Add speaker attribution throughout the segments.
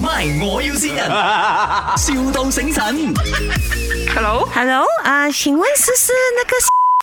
Speaker 1: MY，我要先人，, 笑到醒神。
Speaker 2: Hello，
Speaker 3: Hello 啊、请问是是那个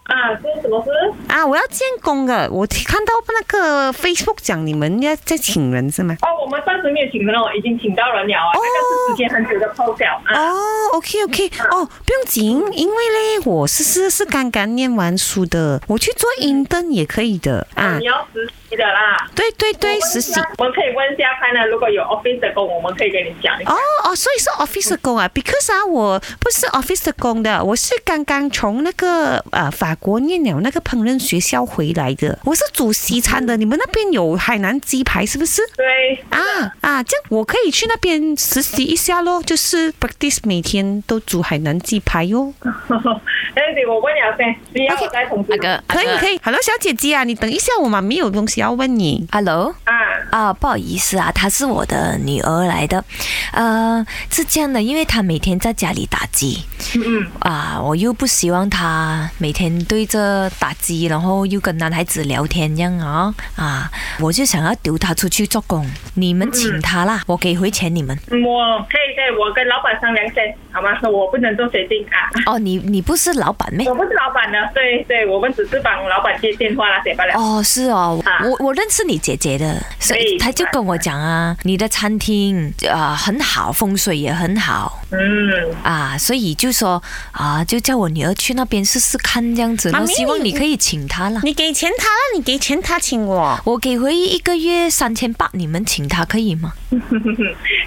Speaker 4: 啊，这是什么事？
Speaker 3: 啊，我要建工的，我看到那个 Facebook 讲你们要在请人是吗？
Speaker 4: 哦，我们暂时没有请人哦，已经请到人了啊，那个是时间很久的扣掉啊。
Speaker 3: 哦，OK OK，哦，不用紧，因为嘞，我是是是刚刚念完书的，我去做 intern 也可以的啊
Speaker 4: 你。要实习的啦。
Speaker 3: 对对对，
Speaker 4: 我问一
Speaker 3: 实
Speaker 4: 下
Speaker 3: 习。
Speaker 4: 我们可以问一下看呢，如果有 office 的工，我们可以跟你讲一下。
Speaker 3: 哦哦，所以是 office 的工啊，because 啊，我不是 office 的工的，我是刚刚从那个呃法国念了那个烹饪学校回来的，我是煮西餐的，你们那边有海南鸡排是不是？
Speaker 4: 对，
Speaker 3: 啊啊，这样我可以去那边实习一下咯，就是 practice 每天都煮海南鸡排哟、
Speaker 4: 但是我问了先，你要我再通知
Speaker 2: 阿
Speaker 4: 你
Speaker 2: 哥，
Speaker 3: 可以可以，Hello 小姐姐啊，你等一下，我妈咪有东西要问你。
Speaker 2: ，Hello。
Speaker 4: 啊。
Speaker 2: 啊，不好意思啊，她是我的女儿来的，呃，是这样的，因为她每天在家里打机，
Speaker 4: 嗯
Speaker 2: 啊，我又不希望她每天对着打机，然后又跟男孩子聊天这样啊、啊，我就想要丢她出去做工，你们请她啦，我给回钱你们。
Speaker 4: 嗯，我可以在我跟老板商量先，好吗？我不能做决定啊，
Speaker 2: 哦，你你不是老板咩
Speaker 4: 我？不是老板的，对对，我们只是帮老板接电话啦，解罢了。
Speaker 2: 哦，是哦，
Speaker 4: 啊
Speaker 2: 我我认识你姐姐的，所以
Speaker 4: 对
Speaker 2: 她就跟我讲啊，你的餐厅啊、呃很好，风水也很好
Speaker 4: 嗯，
Speaker 2: 啊，所以就说啊，就叫我女儿去那边试试看这样子咯，
Speaker 3: 妈
Speaker 2: 我
Speaker 3: 咪
Speaker 2: 希望
Speaker 3: 你
Speaker 2: 你可以请她啦。
Speaker 3: 你给钱他了，你给钱他请我。
Speaker 2: 我给回一个月三千八，你们请她可以吗？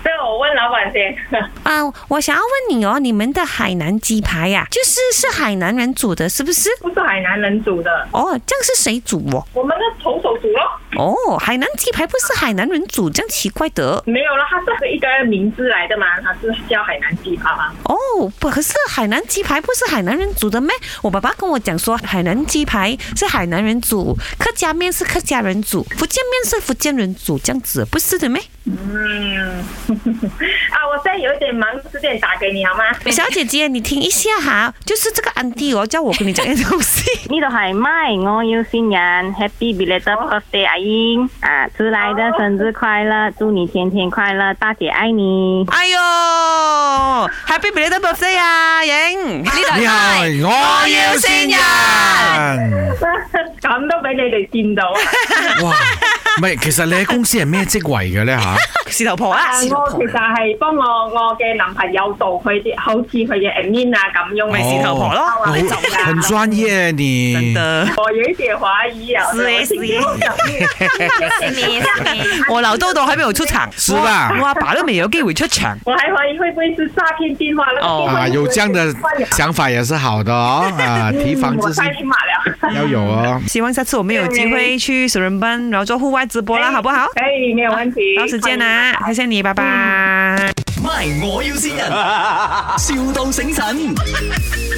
Speaker 4: 这我问老板先。
Speaker 3: 啊，我想要问你哦，你们的海南鸡排呀、就是是海南人煮的，是不是？
Speaker 4: 不是海南人煮的，
Speaker 3: 哦，这样是谁煮哦？
Speaker 4: 我们是从手煮咯。
Speaker 3: 哦，海南鸡排不是海南人煮，这样奇怪的。
Speaker 4: 没有了，它是一个名字来的嘛，它是叫海南鸡扒嘛。
Speaker 3: 哦，不，可是海南鸡排不是海南人煮的咩？我爸爸跟我讲说，海南鸡排是海南人煮，客家面是客家人煮，福建面是福建人煮，这样子不是的咩？
Speaker 4: 嗯，啊，我现在有一点忙，十点打给你好吗？
Speaker 3: 小姐姐，你听一下哈，就是这个安迪哦，叫我跟你讲点东西。
Speaker 5: 呢度係 My，我要新人，Happy belated birthday 阿英啊，迟来的生日快乐，祝你天天快乐，大姐爱你。
Speaker 3: 哎呦，Happy belated birthday 啊，影！
Speaker 6: 你係我要先人。
Speaker 4: 咁都俾你哋見到啊！
Speaker 6: 哇，唔係，其實你喺公司係咩職位嘅咧吓？
Speaker 3: 石头婆
Speaker 4: 啊
Speaker 3: 啊，
Speaker 4: 我其實係幫我我嘅男朋友做佢啲，好似佢嘅 admin 啊咁樣
Speaker 3: 咪是
Speaker 4: 嘅。
Speaker 3: 頭婆咯
Speaker 6: 哦
Speaker 4: 你走啦
Speaker 6: 很專業
Speaker 3: 真
Speaker 6: 你。
Speaker 3: 的，
Speaker 4: 我有一點懷疑啊，
Speaker 3: 是耶
Speaker 4: 我聽
Speaker 3: 是耶
Speaker 4: 到
Speaker 2: 是你是你，
Speaker 3: 我老豆都还没有出场，
Speaker 6: 是吧
Speaker 3: 我我阿爸都没有机会出场。
Speaker 4: 我還懷疑會不會是詐騙電話那個
Speaker 3: 哦
Speaker 4: 電話
Speaker 6: 啊，
Speaker 4: 會不
Speaker 6: 有
Speaker 4: 會
Speaker 6: 這樣的想法也是好的哦。啊，提防
Speaker 4: 嗯
Speaker 6: 这
Speaker 4: 我
Speaker 6: 是
Speaker 4: 太立馬了。
Speaker 6: 要有哦。
Speaker 3: 希望下次我们有机会去水人班，然后做户外直播啦，好不 好？
Speaker 4: 可以，哎沒有問題。
Speaker 3: 到时啊见啦，谢谢你，拜拜。
Speaker 1: MY，我要先人，,笑到醒神。